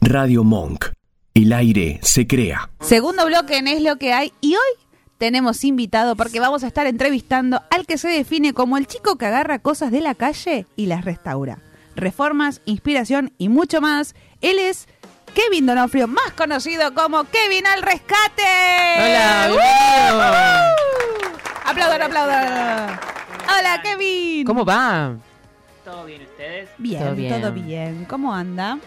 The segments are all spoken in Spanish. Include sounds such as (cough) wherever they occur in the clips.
Radio Monk. El aire se crea. Segundo bloque en Es lo que hay y hoy tenemos invitado porque vamos a estar entrevistando al que se define como el chico que agarra cosas de la calle y las restaura. Reformas, inspiración y mucho más. Él es Kevin Donofrio, más conocido como Kevin al rescate. Hola, ¡Uh! bienvenido. Aplaudan, aplaudan. Hola, Kevin. ¿Cómo va? ¿Todo bien ustedes? Bien, Todo todo bien, bien. ¿Cómo anda?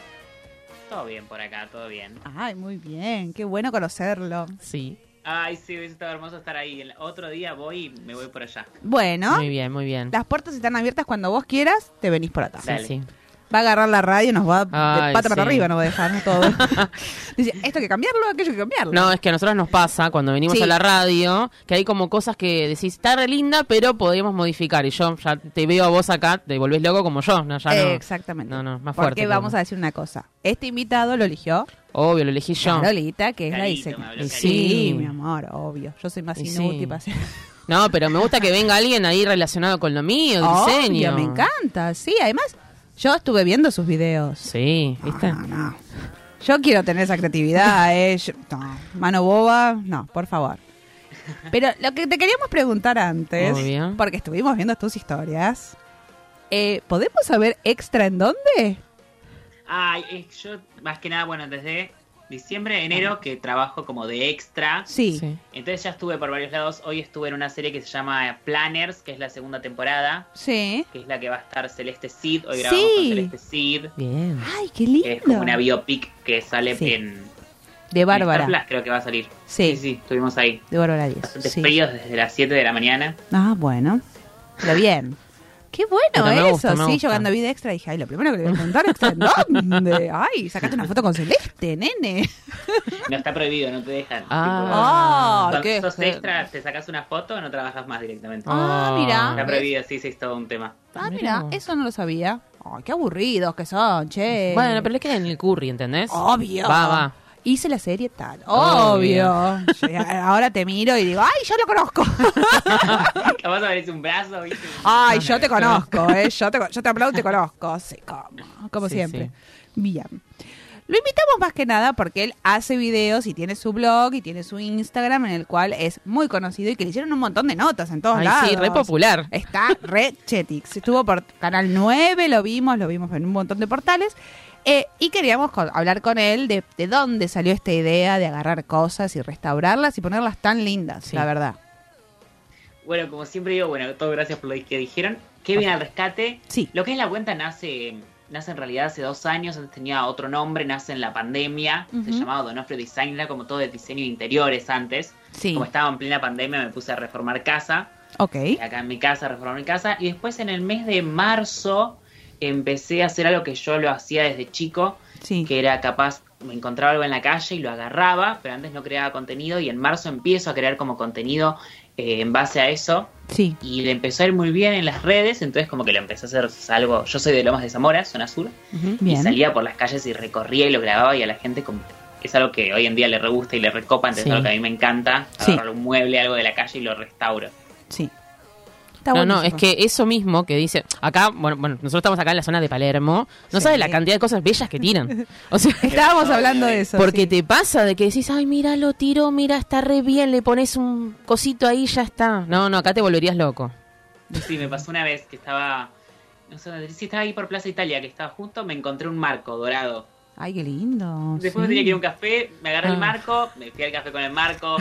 Todo bien por acá, todo bien. Ay, muy bien. Qué bueno conocerlo. Sí. Ay, sí, hubiese estado hermoso estar ahí. El otro día voy y me voy por allá. Bueno, Muy bien, muy bien. las puertas están abiertas cuando vos quieras, te venís por acá. Sí, Dale. sí. Va a agarrar la radio y nos va de Ay, pata para sí. arriba, nos va a dejar (laughs) todo. Dice, esto hay que cambiarlo, aquello hay que cambiarlo. No, es que a nosotros nos pasa cuando venimos Sí. a la radio que hay como cosas que decís, está re linda, pero podríamos modificar. Y yo ya te veo a vos acá, te volvés loco como yo. No, ya Eh, no. Exactamente. No, no, más Porque fuerte, vamos claro. a decir una cosa. Este invitado lo eligió Obvio, lo elegí yo. Carolita, que es la Carito, me diseñadora. habló Y Carito. Sí, Sí. mi amor, obvio. Yo soy más Y sí. inútil para hacer. No, pero me gusta que venga alguien ahí relacionado con lo mío, diseño. Obvio, me encanta. Sí, además, yo estuve viendo sus videos. Sí, ¿viste? No, no. Yo quiero tener esa (laughs) creatividad, eh. Yo- no, mano boba, no, por favor. Pero lo que te queríamos preguntar antes, Muy bien. porque estuvimos viendo tus historias, eh, ¿podemos saber extra en dónde? Ay, es- yo más que nada, bueno, desde diciembre, enero, que trabajo como de extra. Sí. Sí. Entonces ya estuve por varios lados. Hoy estuve en una serie que se llama Planners, que es la segunda temporada, Sí. que es la que va a estar Celeste Cid. Hoy grabamos Sí. con Celeste Cid, Bien. Ay, qué que Ah, es lindo. como una biopic que sale Sí. en... de Bárbara. en Star Plus, creo que va a salir. Sí. sí, estuvimos ahí. de Bárbara 10. Bastante sí. fríos desde las 7 de la mañana. Ah, bueno. Pero bien. Qué bueno Pero me eso. gusta, me sí, gusta. yo cuando vi de extra dije, ay, lo primero que le voy a preguntar extra en (laughs) dónde. Ay, sacate una foto con Celeste, nene. No está prohibido, no te dejan. Ah. Tipo, Ah, Cuando qué sos gen- extra, te sacas una foto no trabajas más directamente. Ah, mira. Está prohibido, sí, sí, es todo (laughs) un tema. Ah, Mirá mira, vos. eso no lo sabía. Ay, qué aburridos que son, che. Bueno, pero le queda en el curry, ¿entendés? Obvio. Va, va. Hice la serie tal. Obvio. Obvio. Sí, Ahora te miro y digo, ay, yo lo (laughs) conozco. Capaz aparece un brazo, ¿viste? ay, yo te conozco, ¿eh? Yo te, yo te aplaudo y te conozco. Sí, como, como Sí, siempre. Bien. Lo invitamos más que nada porque él hace videos y tiene su blog y tiene su Instagram en el cual es muy conocido y que le hicieron un montón de notas en todos Ay, lados. sí, re popular. Está re Chetix. Estuvo por Canal 9, lo vimos, lo vimos en un montón de portales. Eh, y queríamos con- hablar con él de, de dónde salió esta idea de agarrar cosas y restaurarlas y ponerlas tan lindas, Sí. la verdad. Bueno, como siempre digo, bueno, todo gracias por lo que dijeron. Kevin al rescate. Sí. Lo que es la cuenta nace, nace en realidad hace dos años, antes tenía otro nombre, nace en la pandemia. Se Ujú. llamaba Donofrio Design, era como todo de diseño de interiores antes. Sí. Como estaba en plena pandemia, me puse a reformar casa. Ok. acá en mi casa, reformar mi casa. Y después en el mes de marzo empecé a hacer algo que yo lo hacía desde chico, Sí. que era capaz, me encontraba algo en la calle y lo agarraba, pero antes no creaba contenido y en marzo empiezo a crear como contenido eh, en base a eso. Sí. Y le empezó a ir muy bien en las redes, entonces como que lo empecé a hacer algo, yo soy de Lomas de Zamora, zona sur, y Bien. salía por las calles y recorría y lo grababa y a la gente como... Es algo que hoy en día le re gusta y le recopa, entonces Sí. es algo que a mí me encanta, Sí. agarrar un mueble, algo de la calle y lo restauro. Sí. Está no, no, es buenísimo. que eso mismo que dice, acá, bueno, bueno, nosotros estamos acá en la zona de Palermo, no Sí. sabes la cantidad de cosas bellas (laughs) que tiran. O sea, Estábamos hablando de eso. porque sí. te pasa de que decís, ay, mira, lo tiró, mira, está re bien, le pones un cosito ahí, ya está. No, no, acá te volverías loco. Sí, me pasó una vez que estaba. No sé dónde- sí, estaba ahí por Plaza Italia, que estaba junto, me encontré un marco dorado. Ay, qué lindo. Después Oh, sí. me tenía que ir a un café, me agarré Ah. el marco, me fui al café con el marco,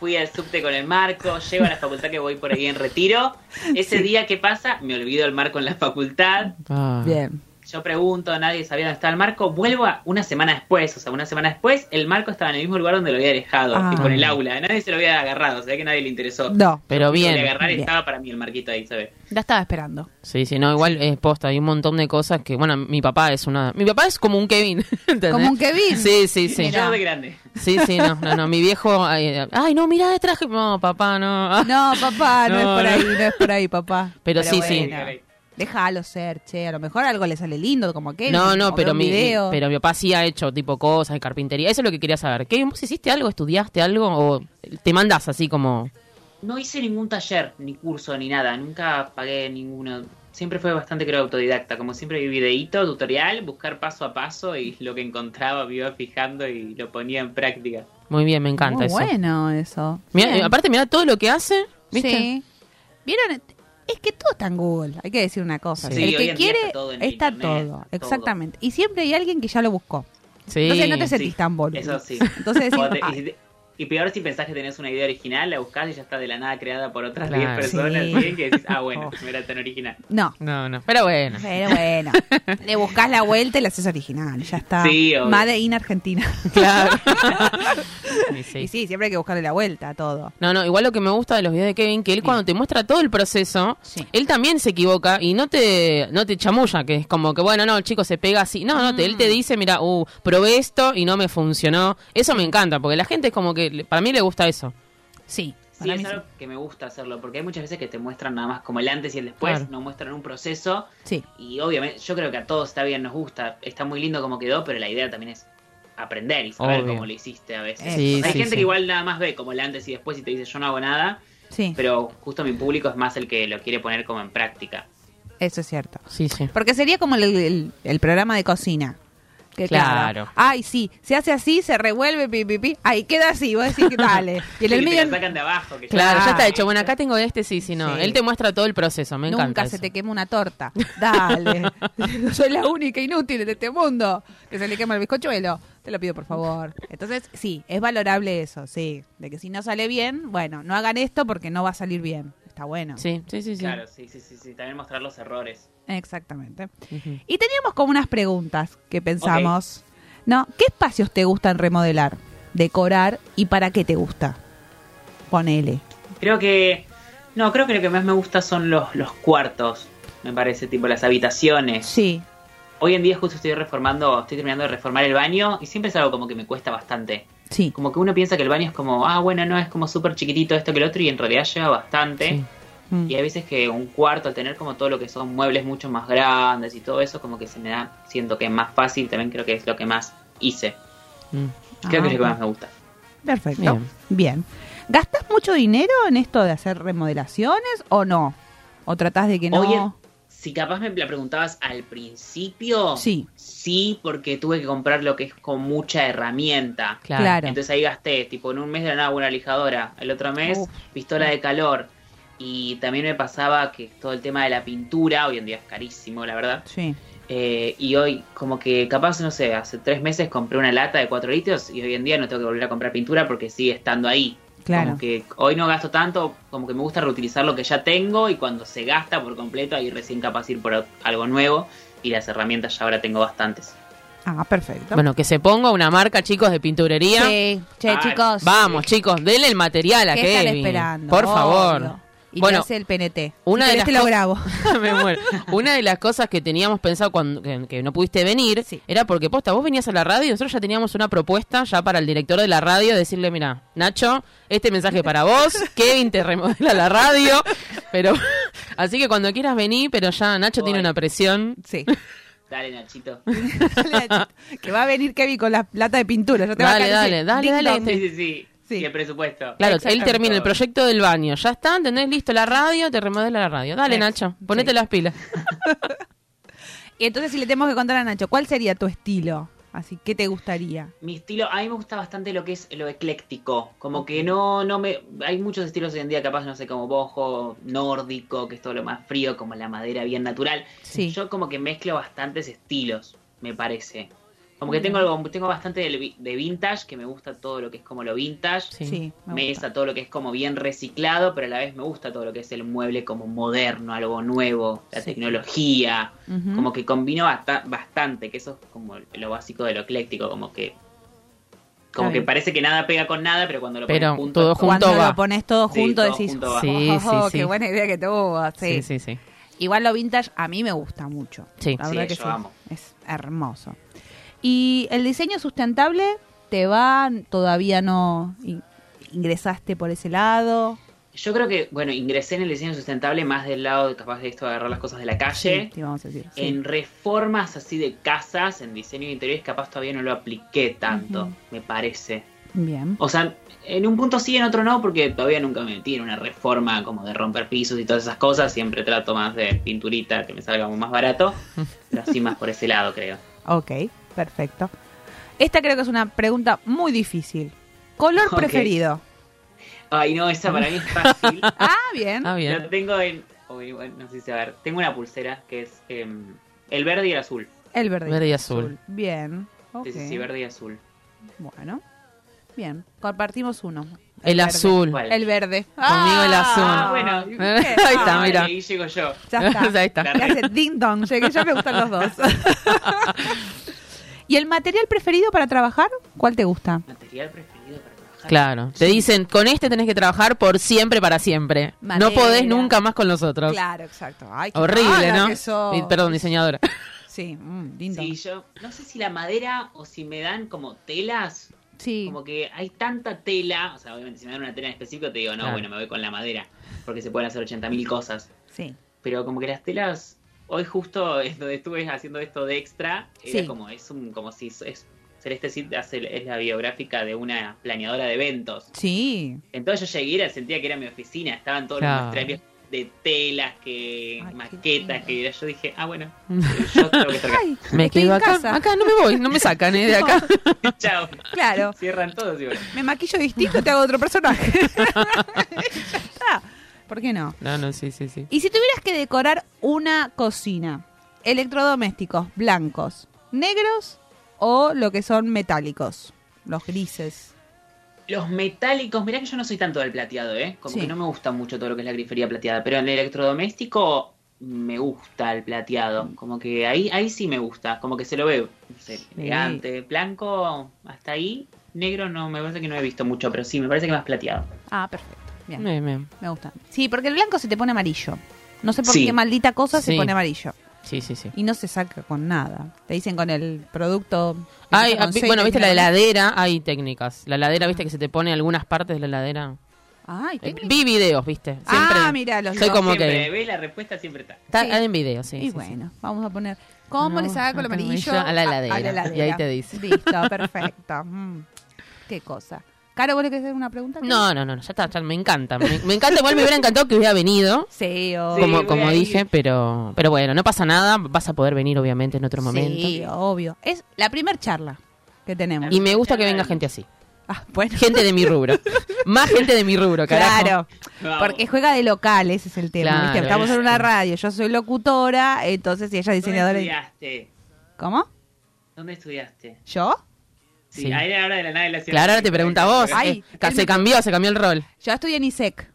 fui al subte con el marco, llego a la facultad que voy por ahí en retiro. Ese día, ¿qué pasa? Me olvido el marco en la facultad. Bien. Yo pregunto, nadie sabía dónde estaba el marco. Vuelvo a una semana después, o sea, una semana después, el marco estaba en el mismo lugar donde lo había dejado, Ah. tipo en el aula. Nadie se lo había agarrado, o sea que nadie le interesó. No. Pero Lo de bien. agarrar Bien. estaba para mí el marquito ahí, ¿sabes? La estaba esperando. Sí, sí, no, igual es posta, hay un montón de cosas que, bueno, mi papá es una... Mi papá es como un Kevin, (laughs) ¿entendés? Como un Kevin. Sí, sí, sí. Mirá. Yo de grande. Sí, sí, no, no, no, mi viejo... eh, Ay, no, mira, de traje... No, papá, no. No, papá, no, No, es por no. ahí, no es por ahí, papá. Pero sí, sí. bueno, Déjalo ser, che. A lo mejor algo le sale lindo, como que No, no, pero mi, video. pero mi papá sí ha hecho tipo cosas de carpintería. Eso es lo que quería saber. ¿Qué, ¿Vos hiciste algo? ¿Estudiaste algo? ¿O te mandás así como.? No hice ningún taller, ni curso, ni nada. Nunca pagué ninguno. siempre fue bastante, creo, autodidacta. Como siempre, vi videíto, tutorial, buscar paso a paso y (laughs) lo que encontraba me iba fijando y lo ponía en práctica. Muy bien, me encanta Muy eso. bueno eso. Mirá, Bien. eh, aparte, mira todo lo que hace, ¿viste? Sí. ¿Vieron? Es que todo está en Google, hay que decir una cosa. Sí, El que hoy en día quiere está todo en está internet, todo, está todo. exactamente. Y siempre hay alguien que ya lo buscó. Sí. Entonces no te sentís Sí, tan boludo. Eso sí. Entonces (laughs) decís, O te- "Ah, y, te- y peor si pensás que tenés una idea original, la buscás y ya está de la nada creada por otras Claro. 10 personas. Sí. bien, que decís, ah, bueno, no era tan original. (laughs) no. No, no. Pero bueno. Pero bueno, le buscas la vuelta y la haces original, ya está. Sí, obvio. Made in Argentina. (laughs) Claro. Y sí. Y sí, siempre hay que buscarle la vuelta a todo. No, no, igual lo que me gusta de los videos de Kevin, que él cuando te muestra todo el proceso, Sí. él también se equivoca y no te, no te chamulla, que es como que, bueno, no, el chico se pega así. No, no, te- él Mm. te dice, mira, uh, probé esto y no me funcionó. Eso me encanta, porque la gente es como que, le- para mí le gusta eso. Sí, Sí, es algo que me gusta hacerlo, porque hay muchas veces que te muestran nada más como el antes y el después, Claro. no muestran un proceso. sí. Y obviamente, yo creo que a todos está bien, nos gusta, está muy lindo como quedó, pero la idea también es aprender y saber Obvio. Eh, cómo lo hiciste a veces. Sí, hay gente sí. que igual nada más ve como el antes y después y te dice yo no hago nada, Sí, pero justo mi público es más el que lo quiere poner como en práctica. eso es cierto. Sí, sí. Porque sería como el, el- el programa de cocina. Que claro. Claro. Ay, sí, se hace así, se revuelve, pi, pi, pi. Ay, queda así, vos decís (laughs) que dale. Y en Sí, el que te medio la sacan de abajo. Que Claro, ya Claro. está hecho. Bueno, acá tengo este, sí, sí, no. Sí. Él te muestra todo el proceso, me encanta. nunca se eso. te quema una torta. Dale. (laughs) Soy la única inútil de este mundo que se le quema el bizcochuelo. Te lo pido, por favor. Entonces, sí, es valorable eso, sí. De que si no sale bien, bueno, no hagan esto porque no va a salir bien. Está bueno. Sí, sí, sí. sí. Claro, sí, sí, sí, sí. También mostrar los errores. Exactamente. Ujú. Y teníamos como unas preguntas que pensamos. ¿No? ¿Qué espacios te gustan remodelar, decorar y para qué te gusta? Ponele. Creo que. No, creo que lo que más me gusta son los, los cuartos. Me parece, tipo las habitaciones. Sí. Hoy en día justo estoy reformando, estoy terminando de reformar el baño y siempre es algo como que me cuesta bastante. Sí. Como que uno piensa que el baño es como, ah, bueno, no, es como súper chiquitito esto que el otro y en realidad lleva bastante. Sí. Mm. Y hay veces que un cuarto, al tener como todo lo que son muebles mucho más grandes y todo eso, como que se me da, siento que es más fácil, también creo que es lo que más hice. Mm. Creo que es lo que Ah, más me gusta. Perfecto. Bien. Bien. ¿Gastas mucho dinero en esto de hacer remodelaciones o no? ¿O tratás de que no? Oye, si capaz me la preguntabas al principio, Sí. sí, porque tuve que comprar lo que es con mucha herramienta. Claro. Claro. Entonces ahí gasté, tipo, en un mes de la nada una lijadora, el otro mes Uf. pistola de calor. Y también me pasaba que todo el tema de la pintura, hoy en día es carísimo, la verdad. Sí. Eh, y hoy, como que capaz, no sé, hace tres meses compré una lata de 4 litros y hoy en día no tengo que volver a comprar pintura porque sigue estando ahí. Claro. Como que hoy no gasto tanto, como que me gusta reutilizar lo que ya tengo y cuando se gasta por completo, ahí recién capaz ir por o- algo nuevo y las herramientas ya ahora tengo bastantes. Ah, perfecto. Bueno, que se ponga una marca, chicos, de pinturería. Sí. Che, Ay, chicos. Vamos, chicos, denle el material a ¿Qué están Kevin. esperando? Por Obvio. favor. Y Bueno, bueno, hace el PNT. una Si de querés las te este lo cosas- (laughs) grabo. Me muero. Una de las cosas que teníamos pensado cuando que, que no pudiste venir Sí. era porque posta, vos venías a la radio y nosotros ya teníamos una propuesta ya para el director de la radio, decirle, mira, Nacho, este mensaje es (laughs) para vos, Kevin te remodela la radio, pero (laughs) así que cuando quieras venir, pero ya Nacho tiene Voy. una presión. Sí. Dale, (laughs) Nachito. (laughs) que va a venir Kevin con la plata de pintura. Ya te va a Dale, caer dale, ese dale, ding dale. dong. Sí, sí, sí. Sí. Y el presupuesto. Claro, él Exactamente. termina el proyecto del baño, ya está, tenés listo la radio, te remodela la radio. Dale, Exacto. Nacho, ponete Sí. las pilas. Y entonces, si le tenemos que contar a Nacho, ¿cuál sería tu estilo? Así, ¿qué te gustaría? Mi estilo, a mí me gusta bastante lo que es lo ecléctico, como que no, no me, hay muchos estilos hoy en día, capaz, no sé, como bojo, nórdico, que es todo lo más frío, como la madera bien natural. Sí. Yo como que mezclo bastantes estilos, me parece. Como que tengo algo, tengo bastante del vi- de, vintage, que me gusta todo lo que es como lo vintage, Sí. me me gusta. gusta todo lo que es como bien reciclado, pero a la vez me gusta todo lo que es el mueble como moderno, algo nuevo, la Sí. tecnología, Ujú. como que combino basta- bastante, que eso es como lo básico de lo ecléctico, como que como Está que bien. parece que nada pega con nada, pero cuando lo Pero pones todo junto, Cuando Junto va. lo pones todo Sí, junto todo decís, junto va. "Oh, Sí, sí, qué sí. buena idea que tuvo. Sí. Sí, sí, sí. Igual lo vintage a mí me gusta mucho. Sí. la Sí, verdad que yo sí. amo. Es hermoso. ¿Y el diseño sustentable te va? ¿Todavía no in- ingresaste por ese lado? yo creo que, bueno, ingresé en el diseño sustentable más del lado de capaz de esto de agarrar las cosas de la calle. Sí, vamos a decir. sí. En reformas así de casas, en diseño de interiores, capaz todavía no lo apliqué tanto, Ujú. me parece. Bien. O sea, en un punto sí, en otro no, porque todavía nunca me metí en una reforma como de romper pisos y todas esas cosas. Siempre trato más de pinturita, que me salga como más (laughs) barato. Pero así más por ese lado, creo. Ok, perfecto. Esta creo que es una pregunta muy difícil. ¿Color (laughs) Ok. preferido? Ay, no, esa para (laughs) mí es fácil. Ah, bien. Ah, bien. Lo tengo en... uy, bueno, no sé si a ver. Tengo una pulsera que es em, el verde y el azul. El verde. Verde y azul. Bien. Ok. Sí, sí, sí, verde y azul. Bueno. Bien. Compartimos uno. El verde. azul. ¿Cuál? El verde. Conmigo el azul. Ah, (laughs) bueno. Ahí está, mira. Ah, Ahí llego yo. Ah, Ya está. (laughs) Ahí está. Le hace ding dong. Llegué, ya me gustan los (laughs) dos. ¿Y el material preferido para trabajar? ¿Cuál te gusta? Material preferido para trabajar. Claro. Te dicen, con este tenés que trabajar por siempre, para siempre. Madera. No podés nunca más con los otros. Claro, exacto. Ay, qué Horrible, mala ¿no? que sos. Di- (laughs) Perdón, diseñadora. Sí, mm, ding dong. Sí, yo no sé si la madera o si me dan como telas, Sí. como que hay tanta tela, o sea, obviamente si me dan una tela en específico te digo, no, Claro. bueno, me voy con la madera, porque se pueden hacer 80.000 cosas, Sí. pero como que las telas, hoy justo es donde estuve haciendo esto de extra, era Sí. como, es un, como si, es, Celeste Cid hace- es la biográfica de una planeadora de eventos, Sí. entonces yo llegué y era- sentía que era mi oficina, estaban todos Claro. los muestrarios de telas, que Ay, qué maquetas, lindo. que yo dije, (laughs) ah, bueno, yo tengo que estar acá. Ay, Me estoy quedo en acá. casa. Acá no me voy, no me sacan eh, de No, acá. (laughs) Chao. Claro. Cierran todos y bueno. Me maquillo distinto y te hago otro (laughs) personaje. (laughs) Ya está. ¿Por qué (laughs) no? No, no, sí, sí, sí. Y si tuvieras que decorar una cocina, electrodomésticos, blancos, negros o lo que son metálicos, los grises. Los metálicos, mirá que yo no soy tanto del plateado, ¿eh? Como Sí. que no me gusta mucho todo lo que es la grifería plateada, pero en el electrodoméstico me gusta el Mm. plateado, como que ahí ahí sí me gusta, como que se lo veo, no sé, elegante, blanco, hasta ahí, negro no, me parece que no he visto mucho, pero sí, me parece que más plateado. Ah, perfecto. Bien, Bien, bien. me gusta. Sí, porque el blanco se te pone amarillo. No sé por Sí. qué maldita cosa se Sí. pone amarillo. Sí, sí, sí. Y no se saca con nada. Te dicen con el producto. Ay, con ah, vi- aceite, bueno, viste la ¿no? heladera, hay técnicas. La heladera, viste que se te pone algunas partes de la heladera. Ay, Eh, técnica. Vi videos, viste. Siempre. Ah, mira, los Soy dos. como siempre, que. ve la respuesta (laughs) siempre está. Está Sí. en videos, sí. y sí, sí. bueno, vamos a poner. ¿Cómo No, le saca con lo saca amarillo? amarillo a la heladera. heladera. Y ahí te dice. Listo, perfecto. Mm. Qué cosa. Caro, ¿vos le querés hacer una pregunta? No, no, no, no, ya está, ya me encanta. Me, me encanta, igual me hubiera encantado que hubiera venido. Sí, o- Sí, como voy como a ir. dije, pero pero bueno, no pasa nada, vas a poder venir obviamente en otro momento. Sí, obvio. Es la primer charla que tenemos. Y me gusta que venga gente así. Ah, bueno. Gente de mi (laughs) rubro. Más gente de mi rubro, carajo. Claro, Vamos. porque juega de local, ese es el tema. Claro, ¿viste? Estamos es- en una radio, yo soy locutora, entonces y ella es ¿Dónde diseñadora. estudiaste? ¿Cómo? ¿Dónde estudiaste? ¿Yo? Sí, Sí. ahí ahora de la nada de la ciudad. Claro, ahora te pregunta a vos. Ay, Eh, ca- él me- se cambió, se cambió el rol. (laughs) Yo estudié en ISEC.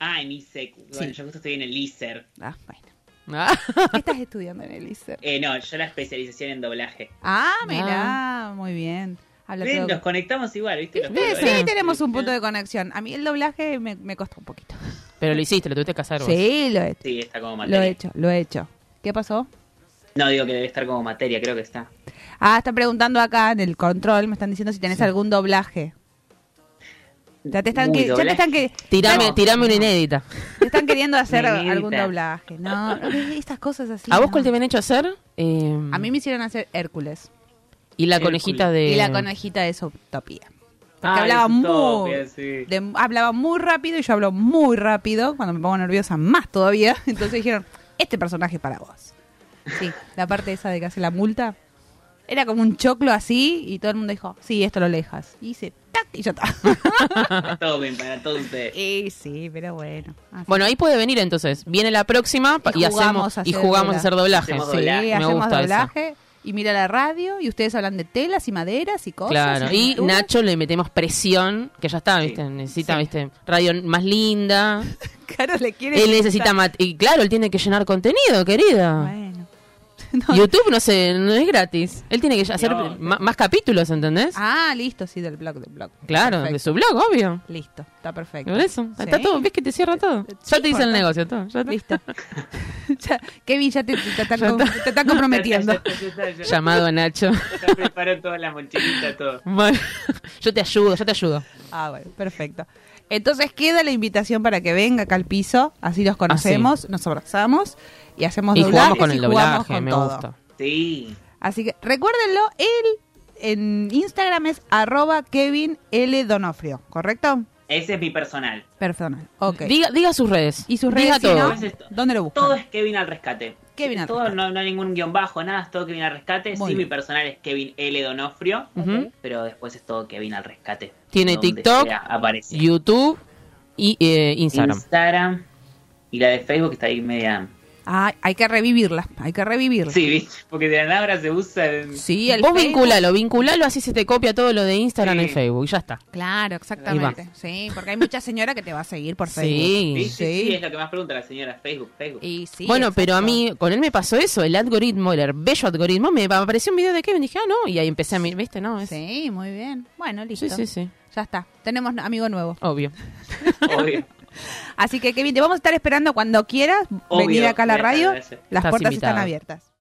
Ah, en ISEC. Bueno, Sí. yo justo estoy en el E ISER. Ah, bueno. Ah, ¿Qué estás estudiando en el ISEC? Eh, no, yo la especialización en doblaje. Ah, mirá, muy bien. Habla Ven, todo nos conectamos igual, ¿viste? Los Sí, dos, sí, ¿eh? tenemos un punto de conexión. A mí el doblaje me, me costó un poquito. Pero lo hiciste, lo tuviste que hacer vos. Sí, lo he, Sí, está como lo he materia. hecho, lo he hecho. ¿Qué pasó? No, digo que debe estar como materia, creo que está. Ah, están preguntando acá en el control, me están diciendo si tenés algún doblaje. Ya te están, Uy, que- ya te doblaje. están, (laughs) que- Tirame, No. tirame una inédita. te están queriendo (laughs) hacer Nenita. algún doblaje. No, estas cosas así. ¿A vos no. cuál te habían hecho hacer? Eh, A mí me hicieron hacer Hércules Y la Hércules. conejita de. y la conejita de Zootopia. Porque Ah, hablaba es un muy, tope, sí. de- hablaba muy rápido y yo hablo muy rápido. Cuando me pongo nerviosa, más todavía. (laughs) Entonces dijeron, este personaje es para vos. Sí, la parte esa de que hace la multa. Era como un choclo así y todo el mundo dijo, sí, esto lo lejas. Y hice, tac, y ya está. Tomen para todos ustedes. y sí, pero bueno. así. Bueno, ahí puede venir entonces. Viene la próxima pa- Y y, jugamos hacemos a y hacer jugamos a hacer doblaje. Hacemos sí. doblaje. Sí, me hacemos gusta esa. doblaje y mira la radio y ustedes hablan de telas y maderas y cosas. Claro. Y pinturas. Nacho le metemos presión, que ya está, Sí. ¿viste? Necesita, ¿viste? Radio más linda. (laughs) Claro, le quiere Él necesita. mat- Y claro, él tiene que llenar contenido, querida. Bueno. (laughs) No, YouTube no sé, no es gratis. Él tiene que hacer No. ma- más capítulos, ¿entendés? Ah, listo, sí, del blog, del blog. claro, Perfecto. de su blog, obvio. Listo, está perfecto. Por eso, está Sí. todo, ves que te cierra todo. Sí, Ya te hice el importa. negocio, todo. ya está. Listo. (laughs) Ya, Kevin, ya te, te- te (laughs) están, com- te están comprometiendo. Ya, ya, ya, ya, ya. Llamado (laughs) a Nacho. Ya preparo toda la mochilita, todo. Bueno, yo te ayudo, yo te ayudo. Ah, bueno, perfecto. Entonces queda la invitación para que venga acá al piso, así los conocemos, nos abrazamos y hacemos Ah, Y doblajes jugamos con el y jugamos doblaje, con me todo. gusta. Sí. Así que recuérdenlo, el, en Instagram es arroba Kevin L. Donofrio, ¿correcto? Ese es mi personal. Personal, ok. Diga, diga sus redes. y sus Diga redes, si todo. no, Pues esto- ¿dónde lo buscan? Todo es Kevin al rescate. Kevin al todo, rescate. No, no hay ningún guión bajo, nada, es todo Kevin al rescate. Muy sí, bien. mi personal es Kevin L. Donofrio, Ujú. pero después es todo Kevin al rescate. Tiene Donde TikTok, sea, aparece. YouTube y eh, Instagram. Instagram. Y la de Facebook está ahí media. Ah, hay que revivirla, hay que (laughs) revivirla. Sí, ¿viste? porque de la nada ahora se usa. en- Sí, el Vos Facebook. vinculalo, vinculalo así se te copia todo lo de Instagram Sí. y Facebook y ya está. Claro, exactamente. Sí, porque hay mucha señora que te va a seguir por Facebook. Sí, sí, Sí. Sí. sí, es lo que más pregunta la señora. Facebook, Facebook. Y sí, bueno, pero a exacto. mí, con él me pasó eso, el algoritmo, el bello algoritmo, me apareció un video de Kevin, dije, ah, no, y ahí empecé a mirar, ¿viste? No, es... Sí, muy bien. Bueno, listo. sí, sí, sí, Ya está. Tenemos amigo nuevo. obvio. Obvio. Así que, Kevin, te vamos a estar esperando cuando quieras Obvio, venir acá a la voy a estar, radio. gracias. Las Estás puertas están invitada. abiertas.